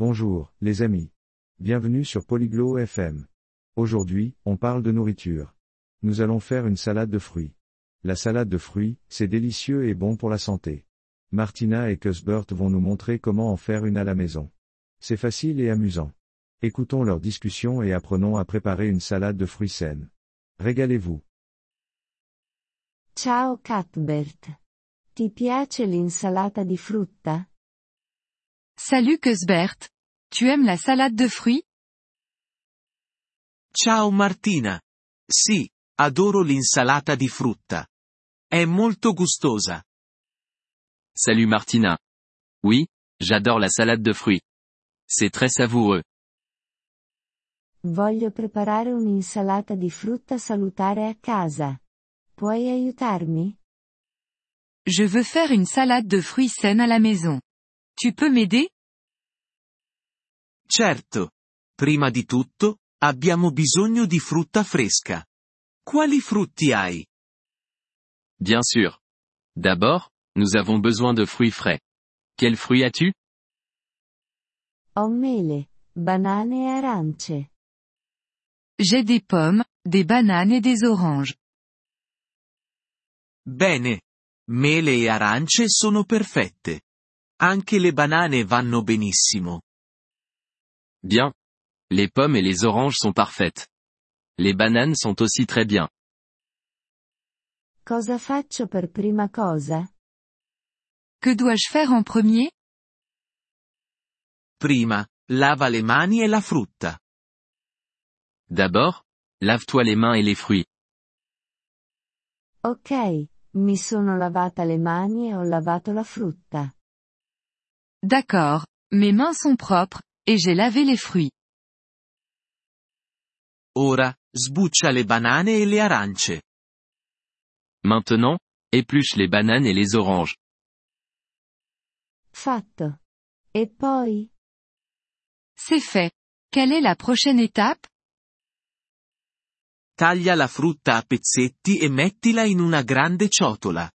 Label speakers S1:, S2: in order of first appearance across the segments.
S1: Bonjour, les amis. Bienvenue sur Polyglot FM. Aujourd'hui, on parle de nourriture. Nous allons faire une salade de fruits. La salade de fruits, c'est délicieux et bon pour la santé. Martina et Cuthbert vont nous montrer comment en faire une à la maison. C'est facile et amusant. Écoutons leur discussion et apprenons à préparer une salade de fruits saine. Régalez-vous.
S2: Ciao Cuthbert. Ti piace l'insalata di frutta?
S3: Salut Cusbert. Tu aimes la salade de fruits
S4: Ciao Martina. Sì, adoro l'insalata di frutta. È molto gustosa.
S5: Salut Martina. Oui, j'adore la salade de fruits. C'est très savoureux.
S2: Voglio preparare un'insalata di frutta salutare a casa. Puoi aiutarmi?
S3: Je veux faire une salade de fruits saine à la maison. Tu peux m'aider
S4: Certo. Prima di tutto, abbiamo bisogno di frutta fresca. Quali frutti hai?
S5: Bien sûr. D'abord, nous avons besoin de fruits frais. Quels fruits as-tu
S2: Ho mele, banane e arance.
S3: J'ai des pommes, des bananes et des oranges.
S4: Bene. Mele e arance sono perfette. Anche le banane vanno benissimo.
S5: Bien. Les pommes et les oranges sont parfaites. Les bananes sont aussi très bien.
S2: Cosa faccio per prima cosa?
S3: Que dois-je faire en premier
S4: Prima, lava le mani e la frutta.
S5: D'abord, lave-toi les mains et les fruits.
S2: Ok, mi sono lavata le mani e ho lavato la frutta.
S3: D'accord. Mes mains sont propres, et j'ai lavé les fruits.
S4: Ora, sbuccia le banane e le arance.
S5: Maintenant, épluche les bananes et les oranges.
S2: Fatto. E poi?
S3: C'est fait. Quelle est la prochaine étape
S4: Taglia la frutta a pezzetti e mettila in una grande ciotola.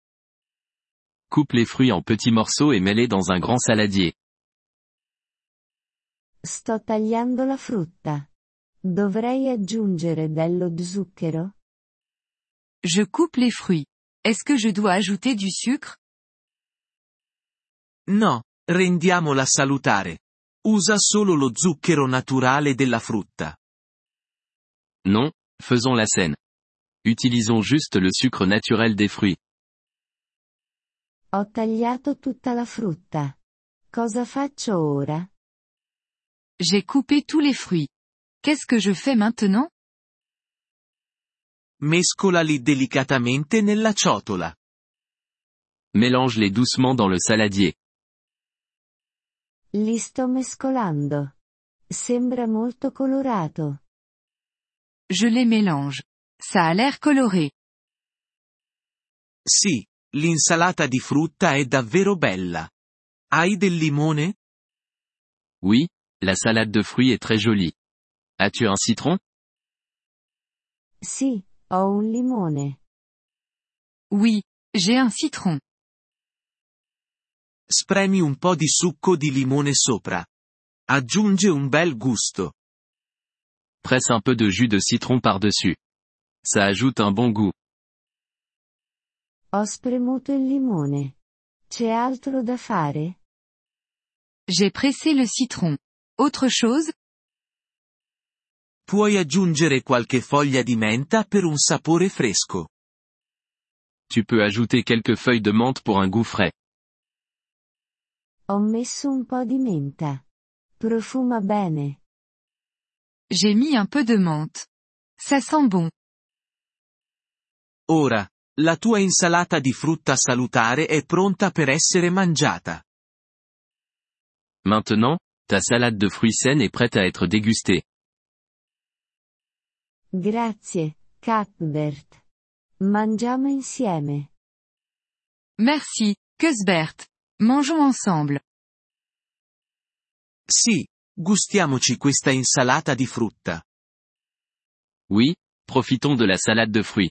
S5: Coupe les fruits en petits morceaux et mets-les dans un grand saladier.
S2: Sto tagliando la frutta. Dovrei aggiungere dello zucchero?
S3: Je coupe les fruits. Est-ce que je dois ajouter du sucre
S4: No, rendiamola salutare. Usa solo lo zucchero naturale della frutta.
S5: Non, faisons la scène. Utilisons juste le sucre naturel des fruits.
S2: Ho tagliato tutta la frutta. Cosa faccio ora?
S3: J'ai coupé tous les fruits. Qu'est-ce que je fais maintenant
S4: Mescolali delicatamente nella ciotola.
S5: Mélange-les doucement dans le saladier.
S2: Li sto mescolando. Sembra molto colorato.
S3: Je les mélange. Ça a l'air coloré.
S4: Sì, l'insalata di frutta è davvero bella. Hai del limone?
S5: Oui, la salade de fruits est très jolie. As-tu un citron
S2: Sì, ho un limone.
S3: Oui, j'ai un citron.
S4: Spremi un po' di succo di limone sopra. Aggiunge un bel gusto.
S5: Presse un peu de jus de citron par-dessus. Ça ajoute un bon goût.
S2: Ho spremuto il limone. C'è altro da fare?
S3: J'ai pressé le citron. Autre chose
S4: Puoi aggiungere qualche foglia di menta per un sapore fresco.
S5: Tu peux ajouter quelques feuilles de menthe pour un goût frais.
S2: Ho messo un po' di menta. Profuma bene.
S3: J'ai mis un peu de menthe. Ça sent bon.
S4: Ora, la tua insalata di frutta salutare è pronta per essere mangiata.
S5: Maintenant, ta salade de fruits saine est prête à être dégustée.
S2: Grazie, Cuthbert. Mangiamo insieme.
S3: Merci, Cusbert. Mangeons ensemble.
S4: Sì, gustiamoci questa insalata di frutta.
S5: Oui, profitons de la salade de fruits.